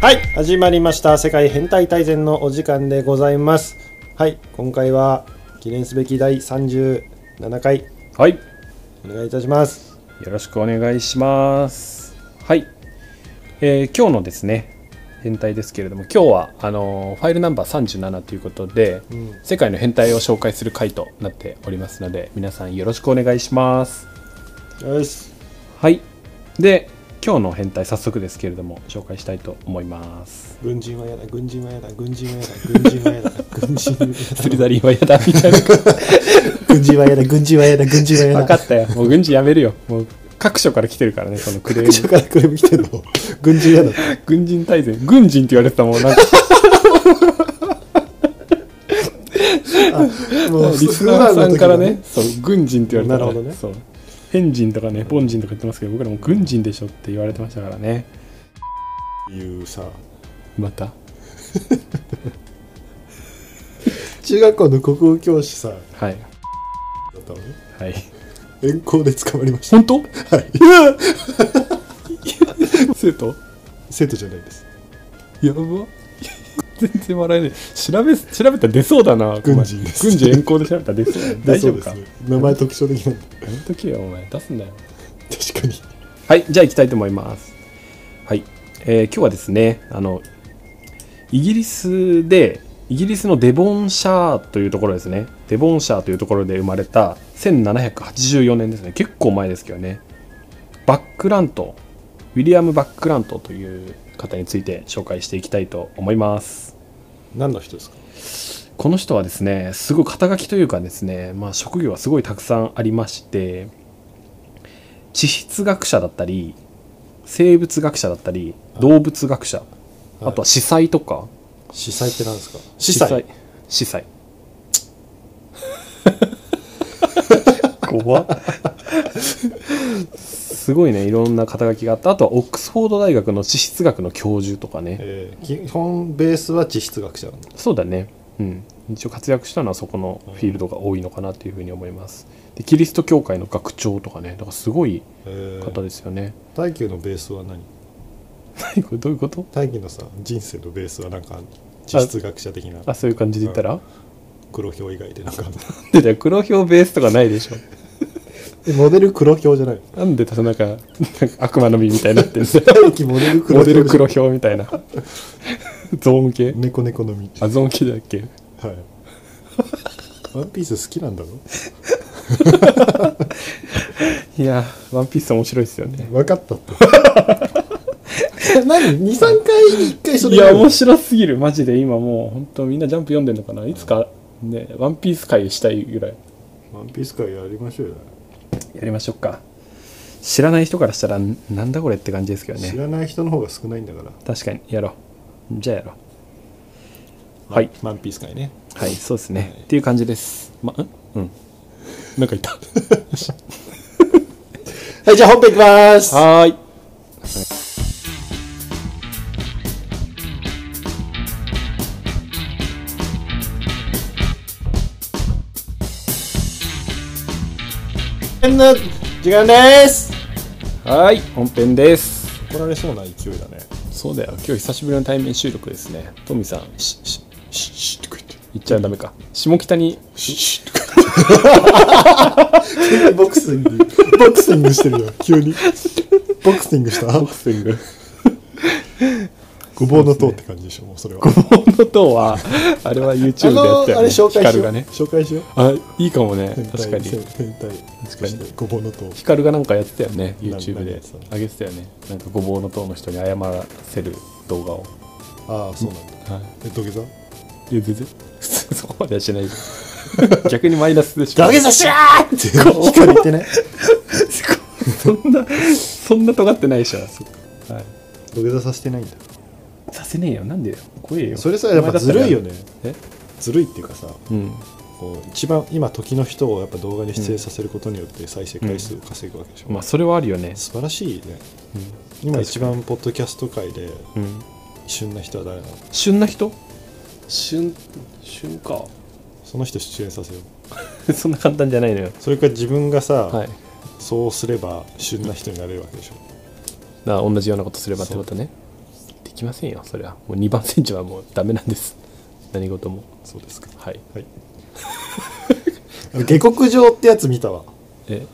はい始まりました「世界変態大全」のお時間でございますはい今回は記念すべき第37回はい、よお願いいたしますろしくお願いします。はい、えー今日のですね、変態ですけれども、今日はあのーファイルナンバー37ということで、ん世界の変態を紹介する回となっておりますので、皆さんよろしくお願いします。よしはい、で、今日の変態早速ですけれども、紹介したいと思います。軍人はやだ軍人はやだ軍人はやだ軍人はや だ軍人はスリザリンは嫌だみたいな。やだ軍人はやだ軍人はやだ分かった よ。もう軍事やめるよ。もう各所から来てるからね、そのクレーム軍。人からクレーム来てんの軍人やだ軍人大全軍人って言われてたもんなんかもうリスナーさんからねそう軍人って言われてた、なるほどねそう変人とかね凡人とか言ってますけど僕らも軍人でしょって言われてましたからねいうさまた中学校の国語教師さだはいったのねはい遠行で捕まりました本当はい 生徒生徒じゃないですやば全然笑えない調べ調べたら出そうだな軍人ですお前軍人遠行で調べたら出そうだね 大丈夫かそうですね名前特徴的なんでやめとけよお前出すんだよ確かにはい、じゃあ行きたいと思います。はい、えー今日はですね、あの、イギリスで、イギリスのデボンシャーというところですね。デボンシャーというところで生まれた1784年ですね。結構前ですけどね。バックラント、ウィリアム・バックラントという方について紹介していきたいと思います。何の人ですかこの人はですねすごい肩書きというかですね、まあ、職業はすごいたくさんありまして地質学者だったり生物学者だったり動物学者あとは司祭とか司祭って何ですか司祭司祭怖すごいねいろんな肩書きがあったあとはオックスフォード大学の地質学の教授とかねえー基本ベースは地質学者なんだそうだね、うん、一応活躍したのはそこのフィールドが多いのかなというふうに思いますでキリスト教会の学長とかねだからすごいえ方ーですよね、大気のベースは何これ どういうこと大気のさ人生のベースはなんかあんの地質学者的なあそういう感じで言ったら、黒豹以外でなんかあんのでじゃあ黒豹ベースとかないでしょえ モデル黒豹じゃないのなんでなんかなんか悪魔の実みたいになってるんだよ大気モデル黒モデル豹黒豹みたいなゾーン系猫猫の実あゾーン系だっけはいワンピース好きなんだろいやワンピース面白いですよね分かったって 何23回に1回それいや言うの面白すぎるマジで今もう本当みんなジャンプ読んでんのかないつかねワンピース会したいぐらいワンピース会やりましょうよ、やりましょうか知らない人からしたらんなんだこれって感じですけど知ねらない人の方が少ないんだから確かにやろうじゃあやろうはいワンピース会ねはいそうですね、っていう感じですまんうんなんか言ったはいじゃあ本編いきます はーい本編の時間ですはーい本編です怒られそうな勢いだね そうだよ今日久しぶりの対面収録ですねトミーさんししシッシッとか言って言っちゃダメか下北にシッシッとか言ってボクシングボクシングしてるよ急 にボクシングしたボクシングごぼうの塔って感じでしょもうそれは本 の塔はあれは YouTube でやったよ、ね、あれ紹介し光よう、がね紹介しようあいいかもね変態確かに変態確かにごぼうの塔ヒカルがなんかやってたよねな YouTube 何やでってたの上げてたよねなんかごぼうの塔の人に謝らせる動画をああそうなんだはいえ土下座いや全然 そこまではしないじゃん 逆にマイナスでしょ座しゃーって 光言ってねそんな そんな尖ってないでしょはい土下座させてないんださせねえよなんでよ怖えよそれさやっぱずるいよねえずるいっていうかさうんこう一番今時の人をやっぱ動画に出演させることによって再生回数を稼ぐわけでしょ、まあそれはあるよね素晴らしいね今一番ポッドキャスト界でうん、うん、旬な人は誰なの旬な人旬旬かその人出演させよう そんな簡単じゃないのよそれから自分がさ、はいそうすれば旬な人になれるわけでしょな同じようなことすればってことねできませんよそれはもう2番センチはもうダメなんです 何事もそうですかはい はい下克上ってやつ見たわえ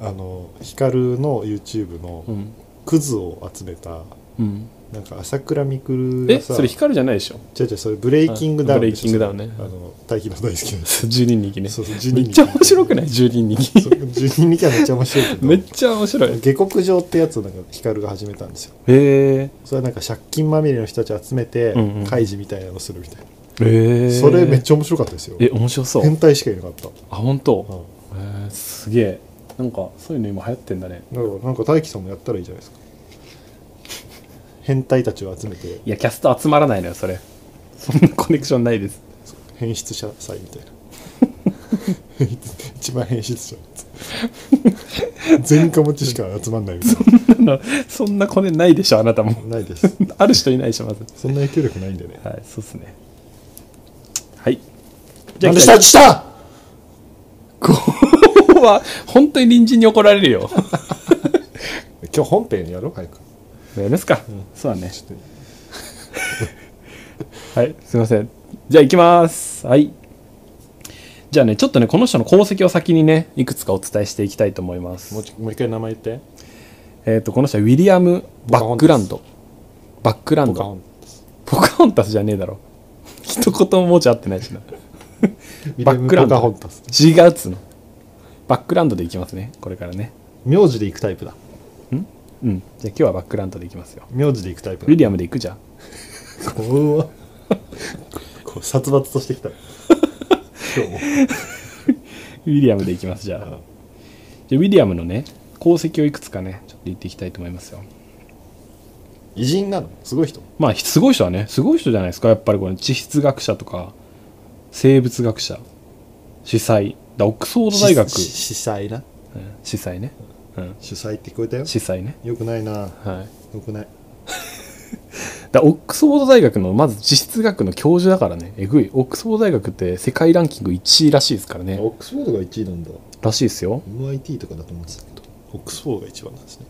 あの光の YouTube のうんクズを集めたうんなんか朝倉未来えがさそれ光じゃないでしょ 違う違うそれブレイキングダウンあブレイでしょキングダウンねあの大輝の大好きなやつ12人気ねそうそう12人めっちゃ面白くない12人そ気う12人きゃめっちゃ面白いけど めっちゃ面白い下克上ってやつをなんか光が始めたんですよへえそれはなんか借金まみれの人たち集めてうんうん開示みたいなのするみたいな、へえそれめっちゃ面白かったですよえ面白そう変態しかいなかった、あ本当。うんへーすげえなんかそういうの今流行ってんだねだからなんか大輝さんもやったらいいじゃないですか変態たちを集めていやキャスト集まらないのよそれそんなコネクションないです 変質者祭みたいな 一番変質者全科持ちしか集まんないみたいなそんなコネないでしょあなたもなないですある人いないでしょまずそんな影響力ないんでねはいそうっすねはいじじゃゃああ下下ここは本当に隣人に怒られるよ今日本編やろう早く やりますか、そうだねちょっとはい、すいません。じゃあ行きます。はい。じゃあね、ちょっとね、この人の功績を先にね、いくつかお伝えしていきたいと思いますもう。ちもう一回名前言ってえっ、と、この人はウィリアム・バックランド。バックランポド。カホンポカホンタスじゃねえだろ。一言も文字合ってないしな。ババッッククランランドドポカホンタス違うっつうの。バックランドでいきますね、これからね。名字で行くタイプだうん。じゃあ今日はバックランドでいきますよ。名字で行くタイプウィだリアムで行くじゃん。怖っこう殺伐としてきた今日もウィリアムでいきます、じゃあ。じゃあウィリアムのね、功績をいくつかね、ちょっと言っていきたいと思いますよ。偉人なのすごい人まあすごい人はねすごい人じゃないですかやっぱりこの地質学者とか生物学者司祭だオックスフォード大学しし主催なうん司祭ね、うん、主催って聞こえたよ司祭ねよくないなはいよくないだオックスフォード大学のまず地質学の教授だからねえぐいオックスフォード大学って世界ランキング1位らしいですからねオックスフォードが1位なんだらしいですよ MIT とかだと思ってたけどオックスフォードが一番なんですね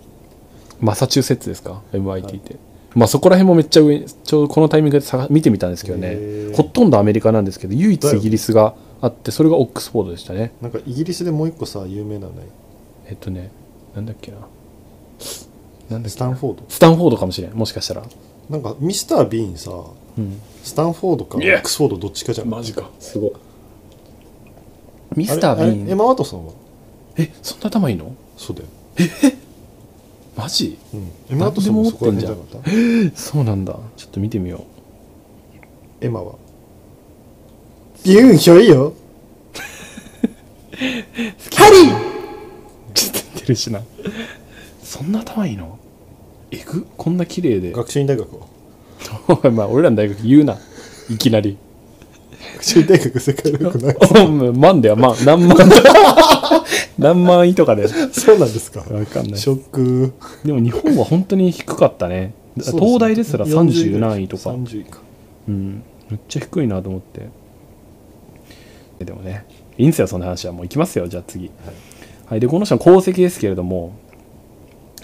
マサチューセッツですか MIT って、まあそこら辺もめっちゃ上ちょうどこのタイミングで探見てみたんですけどへねーほとんどアメリカなんですけど唯一イギリスがあってそれがオックスフォードでしたねなんかイギリスでもう一個さ有名なのねえっとね、なんだっけな。なんだっスけタンフォードスタンフォードかもしれん、もしかしたら。なんかミスター・ビーンさうん。スタンフォードかオいやックスフォードどっちかじゃんジか、すごい。ミスタあー・れビあれエーン。マ・ワトソンはえ、そんな頭いいのそうだよ、マジうん、エマ・ワトソンもそこら辺じゃなかったそうなんだ。ちょっと見てみよエマはビューンひょいよう。ハリーちょっと似てるしな。そんな頭いいのえぐこんな綺麗で。学習院大学はおい、まあ、俺らの大学言うな。いきなり。学習院大学世界良く ないお万だよ、万。何 万とか何万位とかで。そうなんですかわかんないショックでも日本は本当に低かったねそう東大ですら30何位とか、 30位かうん、めっちゃ低いなと思ってえでもねいいんすよその話はもういきますよじゃあ次、はいでこの人の功績ですけれども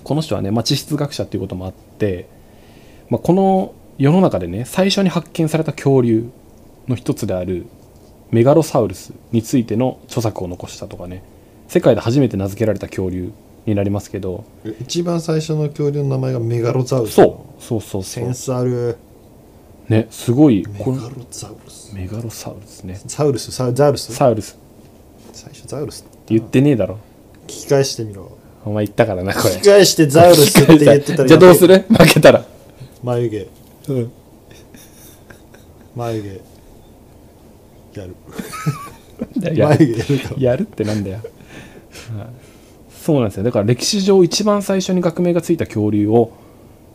この人はね、まあ、地質学者っていうこともあって、まあ、この世の中でね最初に発見された恐竜の一つであるメガロサウルスについての著作を残したとかね世界で初めて名付けられた恐竜になりますけどえ一番最初の恐竜の名前がメガロザウルスそうそうそうそセうンスあるねすごいメこガれロザウルスメガロサウルスねサウルスサウザウルスサウルスって最初ザウルスって言ってねえだろ聞き返してみろお前言ったからなこれ聞き返してザウルスって言ってたらじゃあどうすやる負け たらばい眉毛うん眉毛やるや眉る毛やるからやるってなんだよはいそうなんですよだから歴史上一番最初に学名がついた恐竜を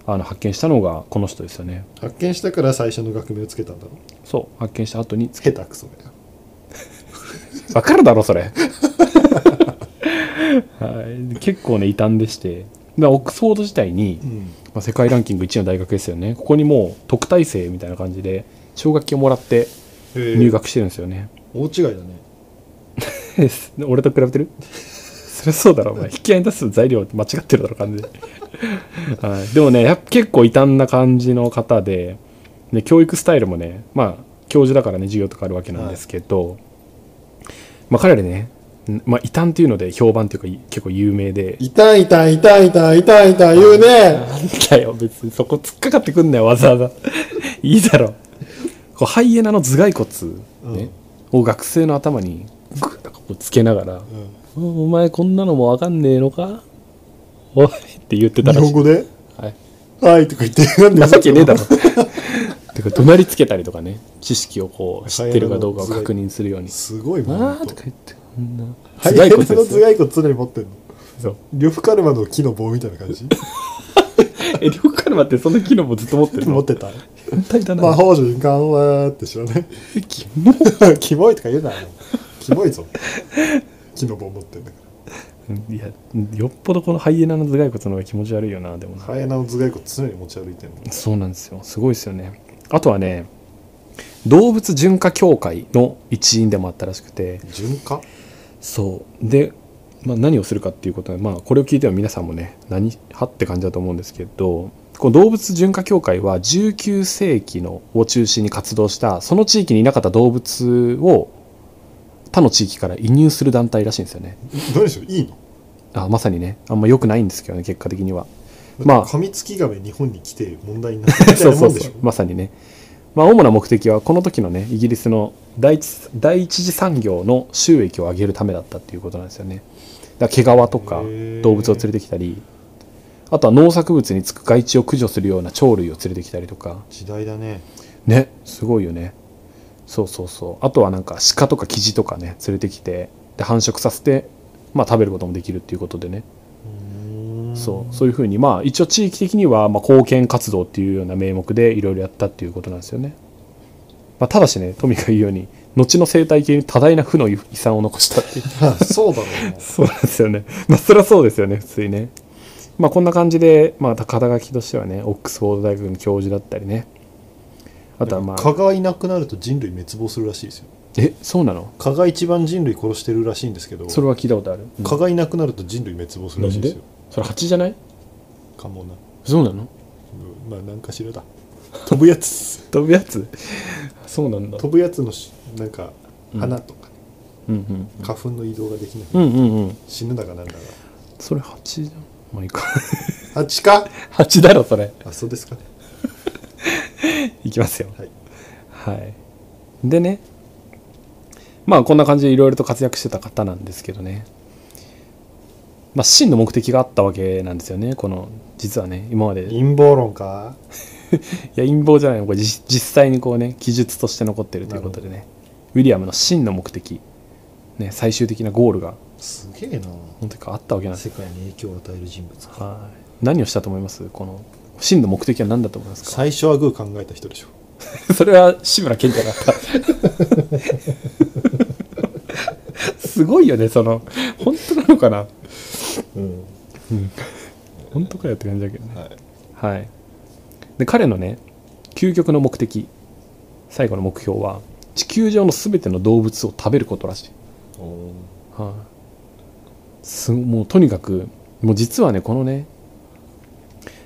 あの発見したのがこの人ですよね発見したから最初の学名をつけたんだろそう発見した後に下手くそがよわかるだろそれ、 はい、結構ね異端でしてまあオックスフォード自体に、うんまあ、世界ランキング1位の大学ですよねここにもう特待生みたいな感じで奨学金をもらって入学してるんですよね、大違いだね 俺と比べてるそりゃそうだろお前引き合いに出す材料間違ってるだろ完全に、はい、でもねやっぱ結構異端な感じの方でで教育スタイルもねまあ教授だからね授業とかあるわけなんですけど、まあ彼らね、んまあ、異端っていうので評判というかい結構有名で痛い痛い痛い痛い痛い痛い言うねなんだよ、別にそこ突っかかってくんなよ、わざわ ざ。いいだろ。こうハイエナの頭蓋骨、ねを学生の頭にグッとこうつけながら、おお前こんなのもわかんねえのかおいって言ってた日らし本い。語ではい、はいとか言ってなんで情けねえだ ろ。てか怒鳴りつけたりとかね、知識をこう知ってるかどうかを確認するように。すごいもんあほーんととか言って、こんな。ハイエ頭ナ蓋の頭骨ですよ。蓋骨常に持ってんのそう呂布カルマの木の棒みたいな感じえ、両カルマってその機能もずっと持ってる持のってた変態だな。魔法陣緩和って知らないキモキモいとか言うなキモいぞ木の棒持ってんだかうんいやよっぽどこのハイエナの頭蓋骨の方が気持ち悪いよなでもならハイエナの頭蓋骨常に持ち歩いてんのそうなんですよすごいですよねあとはね動物純化協会の一員でもあったらしくて純化そうで、まあ、何をするかっていうことは、まあ、これを聞いても皆さんもね何派って感じだと思うんですけどこの動物純化協会は19世紀のを中心に活動したその地域にいなかった動物を他の地域から移入する団体らしいんですよね何しろいいのあまさにねあんま良くないんですけどね結果的にはままああカミツキガメ日本に来て問題になったみたいそうなそもうんでし そょうまさにね、まあ、主な目的はこの時のねイギリスの第一第一次産業の収益を上げるためだったっていうことなんですよねだから毛皮とかへー動物を連れてきたりあとは農作物につく害虫を駆除するような鳥類を連れてきたりとか時代だねねすごいよねそうそうそうあとはなんか鹿とかキジとかね連れてきてで繁殖させてまあ食べることもできるっていうことでね そうそういうふうにまあ一応地域的にはまあ貢献活動っていうような名目でいろいろやったっていうことなんですよね、まあ、ただしねトミが言うように後の生態系に多大な負の遺産を残した っていううそうだろうなそうなんですよねまあそりゃそうですよね普通にねまあこんな感じで、まあ、肩書きとしてはねオックスフォード大学の教授だったりねあとはまあ蚊がいなくなると人類滅亡するらしいですよえそうなの蚊が一番人類殺してるらしいんですけどそれは聞いたことある、蚊がいなくなると人類滅亡するならしいんですでよそれ蜂じゃないかもなそうなうのんまあ何かしらだ飛ぶやつ 飛ぶやつそうなんだ飛ぶやつのしなんかうん花とかうんうん花粉の移動ができない、うんうんうん死ぬだかなんだかそれ蜂じゃんまあいいか蜂か蜂だろそれあそうです かねいきますよはいはいでねまあこんな感じでいろいろと活躍してた方なんですけどねまあ真の目的があったわけなんですよねこの実はね今までい陰謀論かや陰謀じゃないのこれじ実際にこうね記述として残ってるということでねウィリアムの真の目的、ね、最終的なゴールがすげえな本当にかあったわけなんですよ世界に影響を与える人物かはい何をしたと思いますこの真の目的は何だと思いますか最初はグー考えた人でしょ それは志村けんじゃなかったすごいよねその本当なのかなうん本当かよって感じだけどねはいはいで彼のね究極の目的最後の目標は地球上の全ての動物を食べることらしい、おーはいすもうとにかくもう実はねこのね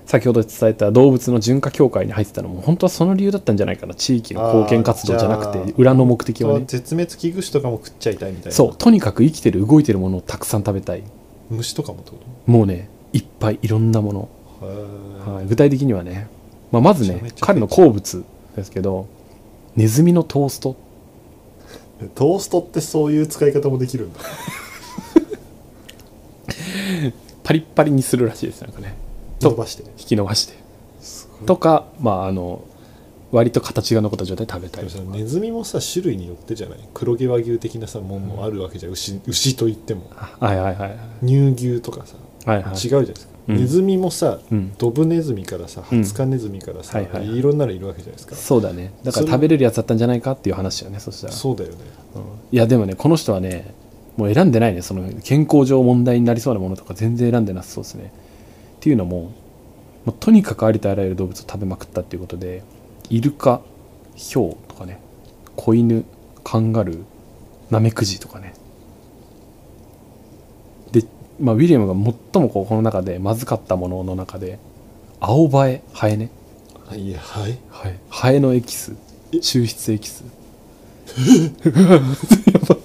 先ほど伝えた動物の純化協会に入ってたのも本当はその理由だったんじゃないかな地域の貢献活動じゃなあーくじゃてあ裏の目的はね絶滅危惧種とかも食っちゃいたいみたいなそうとにかく生きてる動いてるものをたくさん食べたい虫とかもってこともうねいっぱいいろんなもの、へーはい具体的にはね、まあ、まずめちゃめねちゃ彼の好物ですけどネズミのトーストトーストってそういう使い方もできるんだパリッパリにするらしいですなんかね伸ばして引き伸ばしてとかまああの割と形が残った状態で食べたでいもさネズミもさ種類によってじゃない黒毛和牛的なさもんもあるわけじゃん、牛牛といってもあはいはいはい乳牛とかさ、はいは違ういじゃないですか、うんネズミもさ、うんドブネズミからさうんハツカネズミからさ、はいはいはいいろんなのいるわけじゃないですか、そうだねだから食べれるやつだったんじゃないかっていう話だよねそしたらそうだよねいやでもねこの人はねもう選んでないねその健康上問題になりそうなものとか全然選んでなさそうですねっていうのももうとにかくありとあらゆる動物を食べまくったっていうことでイルカヒョウとかね子犬カンガルーナメクジとかねでまあ、ウィリアムが最もこうこの中でまずかったものの中で青葉えハエね、いやはいはい、ハエのエキス抽出エキス やばい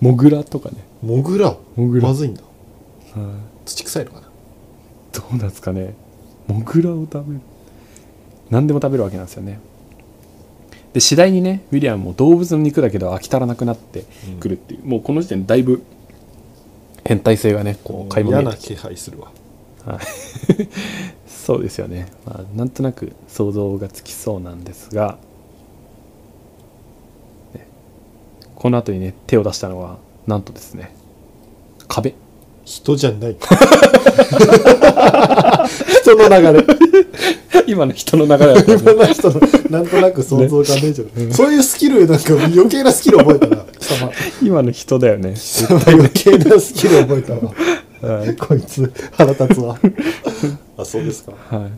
モグラとかね、モグラモグラまずいんだはい土臭いのかなどうなんですかねモグラを食べる何でも食べるわけなんですよねで次第にねウィリアムも動物の肉だけど飽き足らなくなってくるっていう、もうこの時点でだいぶ変態性がねこう垣間嫌見えなて気配するわそうですよね、まあ、なんとなく想像がつきそうなんですが、ねこの後にね手を出したのはなんとですね壁 人じゃない人の流れ今の人の流れだったら 今の人のなんとなく想像がねえじゃん、そういうスキルなんか余計なスキル覚えた な貴様今の人だよね貴様余計なスキル覚えた わはいこいつ腹立つわ あそうですかはい、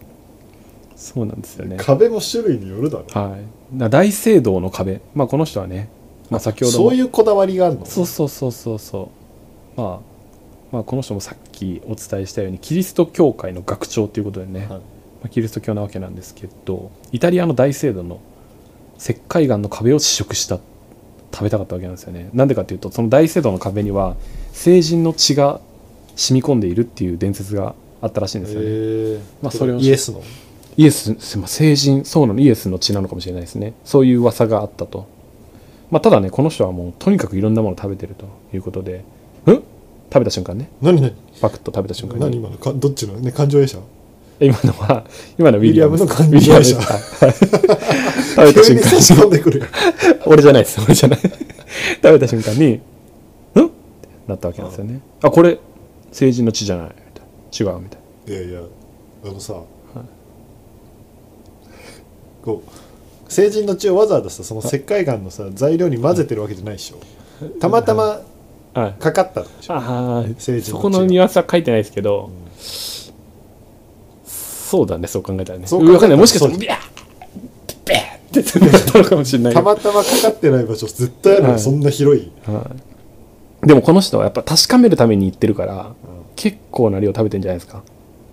そうなんですよね。壁も種類によるだろはい、だ大聖堂の壁、まあ、この人はね、まあ、先ほどもそういうこだわりがあるのそうそうそうそうそう、まあ、まあこの人もさっきお伝えしたようにキリスト教会の学長ということでね、はいまあ、キリスト教なわけなんですけどイタリアの大聖堂の石灰岩の壁を試食した食べたかったわけなんですよねなんでかというとその大聖堂の壁には聖人の血が染み込んでいるっていう伝説があったらしいんですよね。えまあそれをイエスのイエス、すまあ聖人、そうなの、イエスの血なのかもしれないですね。そういう噂があったと。まあ、ただね、この人はもう、とにかくいろんなものを食べてるということで、うん食べた瞬間ね、何何パクッと食べた瞬間何に、今のかどっちのね感情映写今のは、今のウィリアムウィリアムの感ウィリアムじでしはい食べた急瞬に間差し込んでくるよ俺じゃないです俺じゃない食べた瞬間に「ん?」ってなったわけなんですよねあこれ成人の血じゃないみたいな違うみたいいやいやあのさ、 こう成人の血をわざわざさその石灰岩のさ材料に混ぜてるわけじゃないでしょ、たまたまなはいかかったのでしょ、ああ政治のそこのニュアンスは書いてないですけど、そうだねそう考えたらねそう考えたらわかんないもしかしたそらうビャービャーってなったのかもしれないたまたまかかってない場所絶対あるよ、はいそんな広いでもこの人はやっぱ確かめるために言ってるから、結構な量食べてんじゃないですか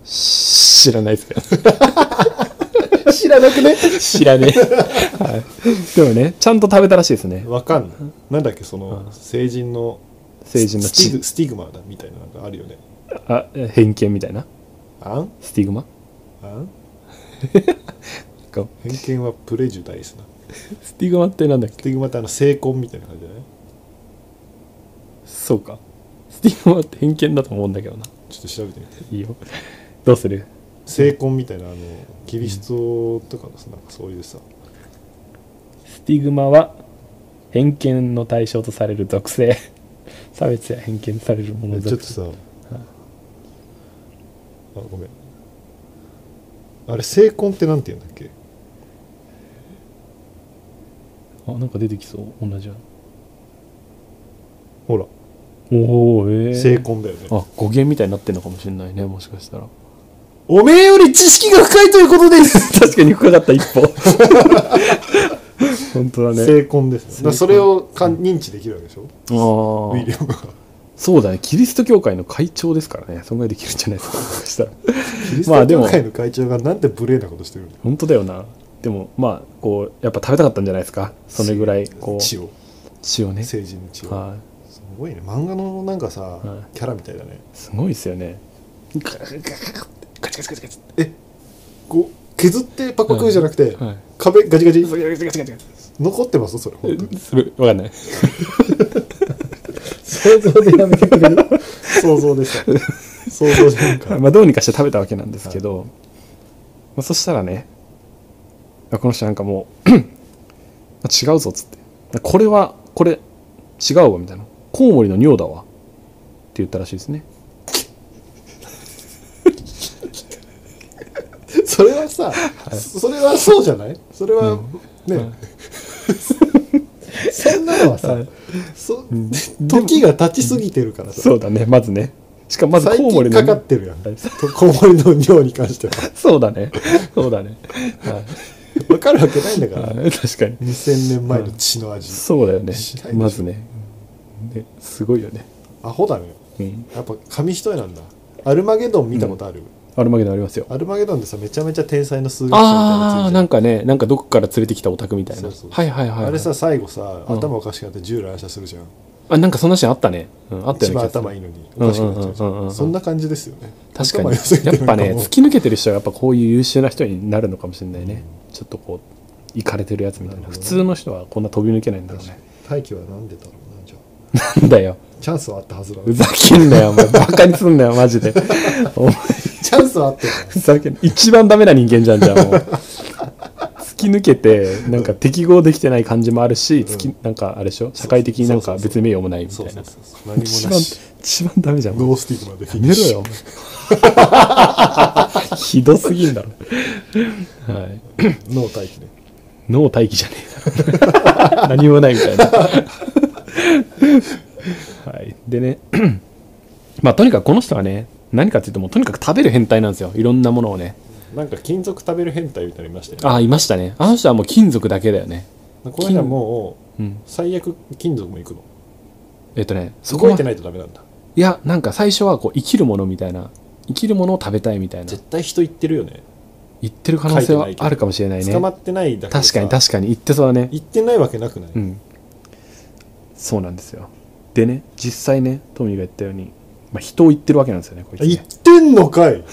し知らないですけど 知らなくね知らねえ、はい、でもねちゃんと食べたらしいですねわかんないなんだっけその成人の成人のスティ血グスティグマだみたいななんかあるよねあ偏見みたいなあんスティグマあんこ偏見はプレジュダイスなうスティグマってなんだっスけティグマってあの成婚みたいな感じじゃないそうかスティグマって偏見だと思うんだけどなちょっと調べてみていいよどうする成婚みたいなあのキリストとかのさなんかそういうさスティグマは偏見の対象とされる属性差別や偏見とされるものちょっ属と性さあごめんあれ成婚ってなんて言うんだっけあなんか出てきそう同じやほらおおええ成婚だよねあ語源みたいになってんのかもしれないねもしかしたらおめえより知識が深いということです確かに深かった一歩 本当だね成婚ですねだからそれをかん認知できるわけでしょあウィリーアムがそうだねキリスト教会の会長ですからねそんぐらいできるんじゃないですかもしかしたらキリスまあトでも教会の会長がなんて無礼なことしてるんだ本当だよなでもまあこうやっぱ食べたかったんじゃないですかそれぐらいこう血を血をね成人の血をはいすごいね漫画のなんかさはいキャラみたいだねすごいですよねガチガチガチガチえこう削ってパクパクじゃなくて、はい壁ガチガチ残ってますそれ本当にするわかんない想像でやめてく れる想像でした想像じゃなんかまあどうにかして食べたわけなんですけど、まあ、そしたらねあこの人なんかもう あ違うぞっつってこれはこれ違うわみたいなコウモリの尿だわって言ったらしいですね それはさ、そそれはそうじゃないそれは、ね、そんなのはさ、そ時が経ちすぎてるからさ、そうだねまずねしかもまず最コウモリ近のかかってるやんはいコウモリの尿に関しては そうだねそうだね、はい分かるわけないんだからはい確かに2000年前の血の味そうだよねしないでしょまずねねすごいよねアホだねうん、やっぱ紙一重なんだアルマゲドン見たことある、アルマゲドンありますよアルマゲドンでさめちゃめちゃ天才の数学者みたいなあやついるじゃあんなんかねなんかどこから連れてきたオタクみたいなそうそうはいはいはい、はい、あれさ最後さうん頭おかしくなって銃乱射するじゃん、あなんかそんなシーンあったね、うん、あった一よ番うな気がす頭るいいのにおかしくなっちゃうじゃうんうんうんうんうんんそんな感じですよね確か頭に良すぎてやっぱねなんかもう突き抜けてる人はやっぱこういう優秀な人になるのかもしれないね、ちょっとこういかれてるやつみたいななるほど普ね通の人はこんな飛び抜けないんだろうね大輝はなんでだろうなじゃあなんだよチャンスはあったは ずだふざけんなよお前バカにすんなよマジ でお前チャンスはあったよふざけん一番ダメな人間じゃんじ ゃあもう突き抜けてなんか適合できてない感じもあるし、突きなんかあれでしょ社会的になんか別に名誉もないみたそういそなうそうそう何もな一番し一番ダメじゃんノースティックまでフィやニめッろシュ よ。ひどすぎんだろ。はい。ノー大輝ね脳待機じゃねえ な何もないみたいな。はい。でね、まあとにかくこの人はね、何かっていうともうとにかく食べる変態なんですよ。いろんなものをね。なんか金属食べる変態みたいなのいましたよねああ、いましたね。あの人はもう金属だけだよね。この人はもう。うん最悪金属も行くのえっとね、そこ動はいてないとダメなんだいや、なんか最初はこう生きるものみたいな。生きるものを食べたいみたいな絶対人行ってるよね言ってる可能性はあるかもしれないね捕まってないだけで確さかに確かに言ってそうだね行ってないわけなくないうん、そうなんですよでね実際ねトミーが言ったように、まあ、人を言ってるわけなんですよねこいつね行ってんのかい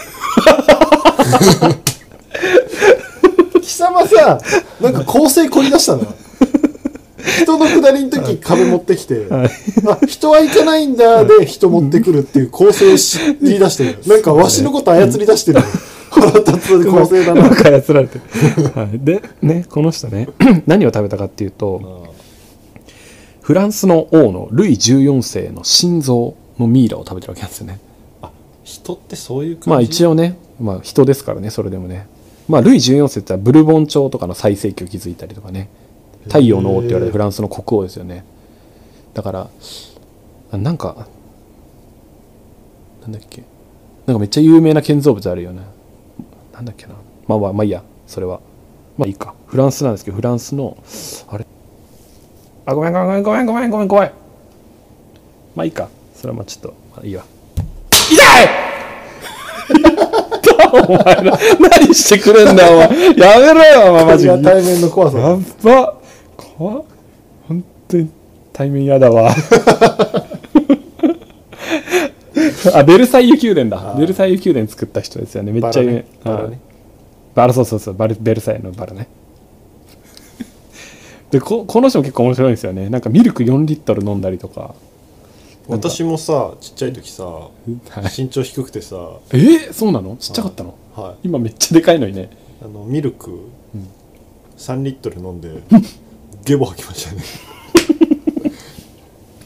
貴様さなんか構成凝り出したな人の下りの時壁持ってきて、はいあ人は行かないんだで人持ってくるっていう構成を知り出してるなんかわしのこと操り出してる腹立つ構成だ ななんか操られてる、はい、でねこの人ね 何を食べたかっていうとフランスの王のルイ14世の心臓のミイラを食べてるわけなんですよね人ってそういう感まあ一応ね、まあ、人ですからねそれでもねまあルイ14世って言ったらブルボン朝とかの最盛期を築いたりとかね太陽の王って言われるフランスの国王ですよねだからあなんかなんだっけなんかめっちゃ有名な建造物あるよねなんだっけなまあまあまあいいやそれはまあいいかフランスなんですけどフランスのあれあごめんごめんごめんごめんごめんごめんまあいいかそれはまあちょっと、まあ、いいわ痛い お前ら何してくれんだよお前やめろよお前マジこれがで対面の怖さやっば怖っ本当に対面嫌だ わあベルサイユ宮殿だあーベルサイユ宮殿作った人ですよねめっちゃ有名バラねあーバラねバラそうそうそうバルベルサイユのバラねでここの人も結構面白いんですよねなんかミルク4リットル飲んだりとか私もさちっちゃい時さはい身長低くてさはえー、そうなのちっちゃかったのい今めっちゃでかいのにねあのミルク3リットル飲ん で、ゲボ吐きましたね、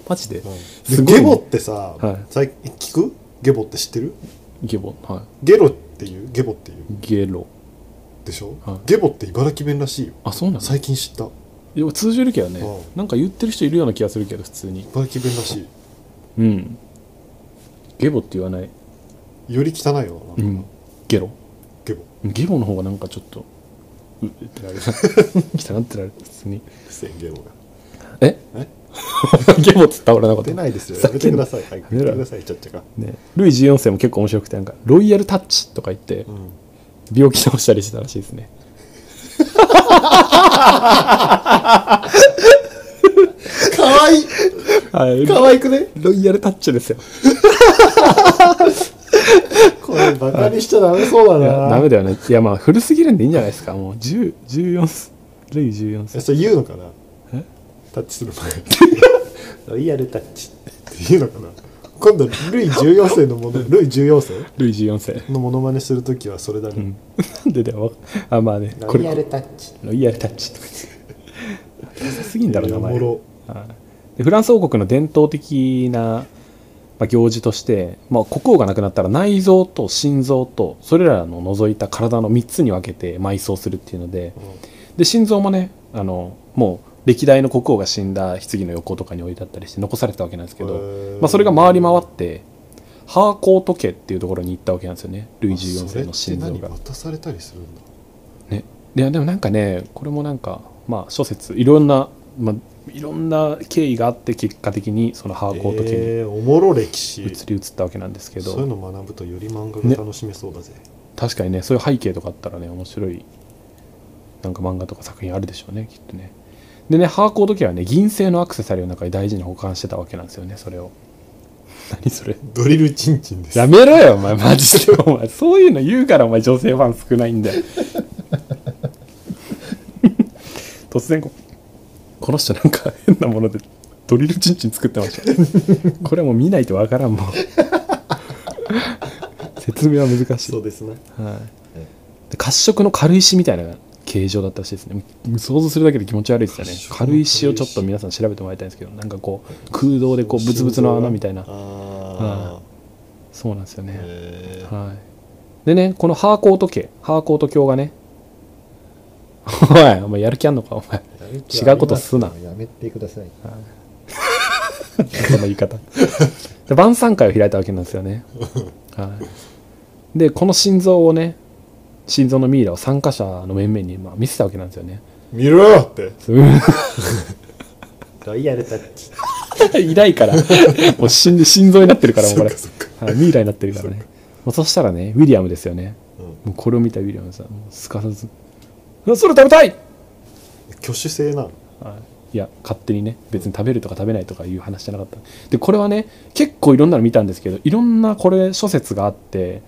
マジでですごいゲねボってさ、はい最近聞くゲボって知ってるゲボはいゲロっていうゲボっていうゲロでしょ、はいゲボって茨城弁らしいよあそうなの最近知ったでも通じるけどねうんなんか言ってる人いるような気がするけど普通に茨城弁らしいうんゲボって言わないより汚いよな、うんゲロゲボゲボの方がなんかちょっとうって なる汚ってなる普通にせんゲボがええ ゲボっつった俺のこと出ないですよふざやけめてんください、はい、やめめろてくださいちゃっちゃ か、ねルイ14世も結構面白くてなんかロイヤルタッチとか言ってうん、病気治したりしてたらしいですねかわいはい いかわいくねロイヤルタッチですよこれバカにしちゃダメそういだやなダメだよねいやまあ古すぎるんでいいんじゃないですかもう10 14世ルイ14世えそれ言うのかなえタッチする前 ロイヤルタッチって言うのかな今度ルイ14世のも のルイ14ルイ14世世のモノマネするときはそれだね、なんでだよあまあねこれルタッチロイヤルタッチとか言ってダサすぎんだろ名お前もろはいでフランス王国の伝統的な、まあ、行事として、まあ、国王が亡くなったら内臓と心臓とそれらの除いた体の3つに分けて埋葬するっていうのでで心臓もねあのもう歴代の国王が死んだ棺の横とかに置いてあったりして残されてたわけなんですけへどー、まあ、それが回り回ってハーコート家っていうところに行ったわけなんですよねルイ14世の心臓それってが何。渡されたりするんだね、いやでもなんかねこれもなんかまあ諸説いろんなまあ、いろんな経緯があって結果的にそのハーコート家えーおもろ歴に史移り移ったわけなんですけど、そういうの学ぶとより漫画が楽しめそうだぜ、確かにねそういう背景とかあったらね面白いなんか漫画とか作品あるでしょうねきっとねでねハーコード家はね銀製のアクセサリーの中に大事に保管してたわけなんですよねそれを 何それドリルチンチンですやめろよお前マジでお前そういうの言うからお前女性ファン少ないんだよ 突然ここの人なんか変なものでドリルチンチン作ってましたこれはもう見ないとわからんも ん説明は難しいそうですねはい、で褐色の軽石みたいな形状だったらしいですねもう想像するだけで気持ち悪いですよね褐色の軽軽石石をちょっと皆さん調べてもらいたいんですけどなんかこう空洞でこうブツブツの穴みたいなあそうなんですよー、ね、えーはい、でねこのハーコート家ハーコート教がねおいお前やる気あんのかお前違うことすなやめてください。その言い方で晩餐会を開いたわけなんですよね、はい、でこの心臓をね心臓のミイラを参加者の面々にまあ見せたわけなんですよね見ろよってそうロイヤルタッチ。いない から、もう死んで心臓になってるから、もうこれ。そっかはいミイラになってるからね。もうそしたらね、ウィリアムですよね。うんもうこれを見たウィリアムさん、もうすかさず、あそれ食べたい、挙手制なのい、や、勝手にね、別に食べるとか食べないとかいう話じゃなかった。で、これはね、結構いろんなの見たんですけど、いろんなこれ、諸説があって、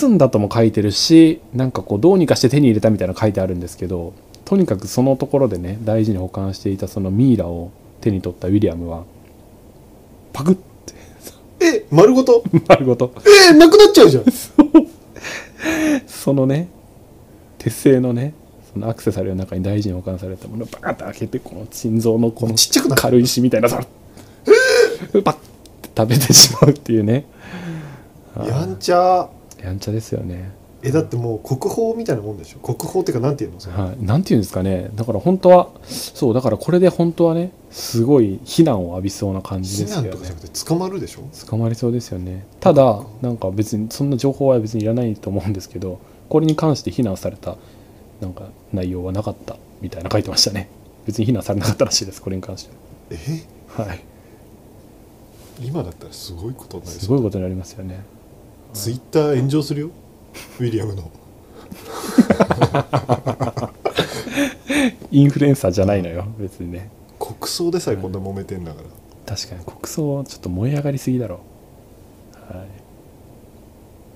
盗んだとも書いてるし、なんかこう、どうにかして手に入れたみたいなの書いてあるんですけど、とにかくそのところでね、大事に保管していたそのミイラを手に取ったウィリアムは、パクッてえ丸ごと 丸ごとえー、なくなっちゃうじゃんそのね鉄製のねそのアクセサリーの中に大事に保管されたものをバーンと開けてこの心臓のこのちっちゃくなる軽石みたいなさパッて食べてしまうっていうね やんちゃやんちゃですよね、えだってもう国宝みたいなもんでしょ国宝っていうかなんていうのそのはい、なんていうんですかねだから本当はそうだからこれで本当はねすごい非難を浴びそうな感じ避ですよ難ねとかじゃなくて捕まるでしょ捕まりそうですよねただなんか別にそんな情報は別にいらないと思うんですけどこれに関して非難されたなんか内容はなかったみたいな書いてましたね別に非難されなかったらしいですこれに関してえははい今だったらすごいことになりすそうごいことになりますよねツイッター炎上するよウィリアムのインフルエンサーじゃないのよ別にね国葬でさえこんな揉めてんだから確かに国葬はちょっと燃え上がりすぎだろうはい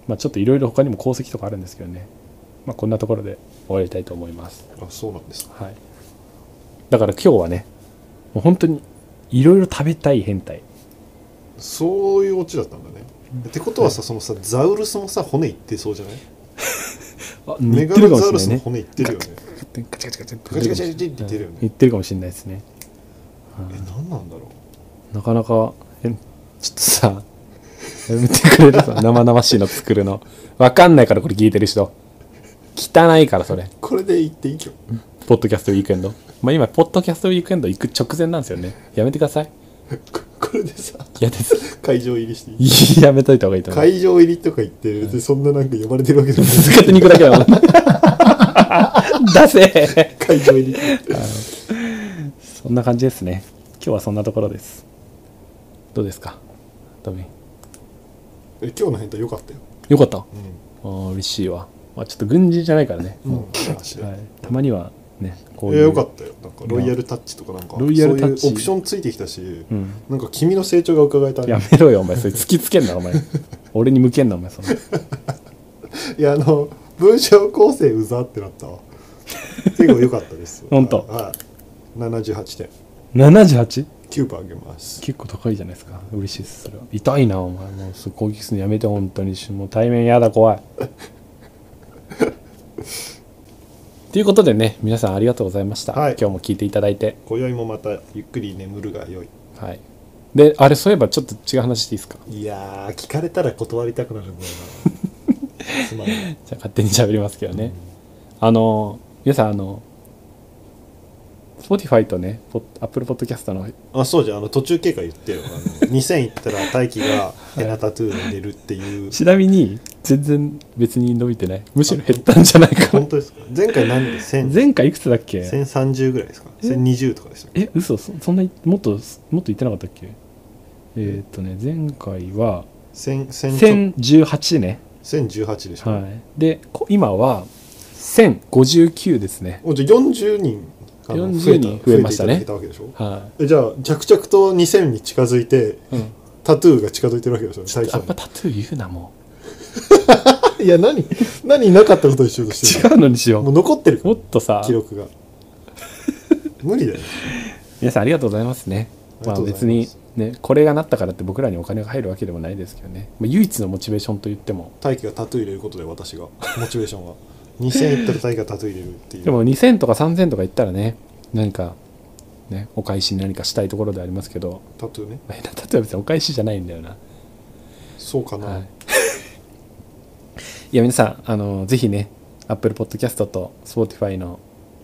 まあちょっといろいろ他にも功績とかあるんですけどねまあこんなところで終わりたいと思いますあそうなんですかはい、だから今日はねもう本当にいろいろ食べたい変態そういうオチだったんだねってことはさそのさザウルスもさ骨いってそうじゃないあメ言っガてるルかもザウルしスれのないね骨いってるよねガチャガチャガチャガチャガチャガチャって言ってるよね言ってるかもしれないですねえ何なんだろなかなかえちょっとさやめてくれる さ生々しいの作るのわかんないからこれ聞いてる人汚いからそれうこれで言っていいよ ポッドキャストウィークエンドまあ今ポッドキャストウィークエンド行く直前なんですよねやめてくださいここれでさ嫌です 会場入りしていいいいやめといた方がいいと思う会場入りとか言って別にそんななんか呼ばれてるわけじゃない続けてに行くだけだもん 出せ 会場入りそんな感じですね。今日はそんなところです。どうですかドミン。え今日の変態良かったよよかった。あうー嬉しいわ。まあ、ちょっと軍人じゃないからね。んうん話ではい、たまにはね、こえー、よかったよなんかロイヤルタッチとかなんかロイヤルタッチそういうオプションついてきたし、うんなんか君の成長が伺えたねやめろよ、お前。それ突きつけん な、お前。俺に向けんな、お前。そのいやあの文章構成うざってなった わ結構良かったですほんとはい78点 78? キューバあげます結構高いじゃないですか。嬉しいです、それは。痛いな、お前。もう、そう攻撃するのやめて、本当に。もう対面や だ、怖い。ということでね、皆さんありがとうございました。はい今日も聞いていただいて。今宵もまたゆっくり眠るが良いはい。で、あれ、そういえばちょっと違う話していいですかいやー聞かれたら断りたくなるんだよなすまん ないじゃあ勝手に喋りますけどね。あの、皆さん、あの、Spotify とね、ポッ Apple Podcast の、あそうじゃんあの途中経過言ってよあの2000いったら大輝がヘナタトゥーに出るっていうちなみに、全然別に伸びてないむしろ減ったんじゃないか本当ですか前回何で1000前回いくつだっけ1030ぐらいですか1020とかでしたっけえ嘘そそんなにもっともっといってなかったっけえーっとね前回は1000 1000ちょ1018ね1018でしょ、はいでこ今は1059ですねおじゃあ40人あの40人増えました増ねえていただけたわけでしょはえじゃあ着々と2000に近づいてい、うん、タトゥーが近づいてるわけでしょ最あ初んまタトゥー言うなも にいや何何なかったことにしようとうして違うのにしよるもうう残ってるもっとさ記録が 無理だよ皆さんありがとうございますねありまがあとうございま別すにねこれがなったからって僕らにお金が入るわけでもないですけどね、まあ、唯一のモチベーションと言っても大輝がタトゥー入れることで私がモチベーション が2000いったら大輝がタトゥー入れるっていうでも2000とか3000とか言ったらね何かねお返しに何かしたいところではありますけどタトゥーねまあ下手だったら別にお返しじゃないんだよな、そうかな、はいいや皆さんあのぜひね Apple Podcast と Spotify の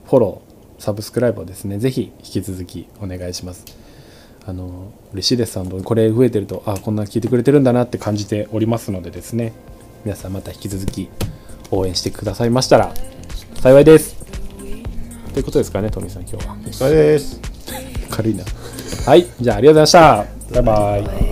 フォローサブスクライブをですねぜひ引き続きお願いしますあの嬉しいですあのこれ増えてるとあこんな聞いてくれてるんだなって感じておりますのでですね皆さんまた引き続き応援してくださいましたら幸いですということですかねトミーさん今日は お疲れです軽いなはいじゃあありがとうございましたバイバイ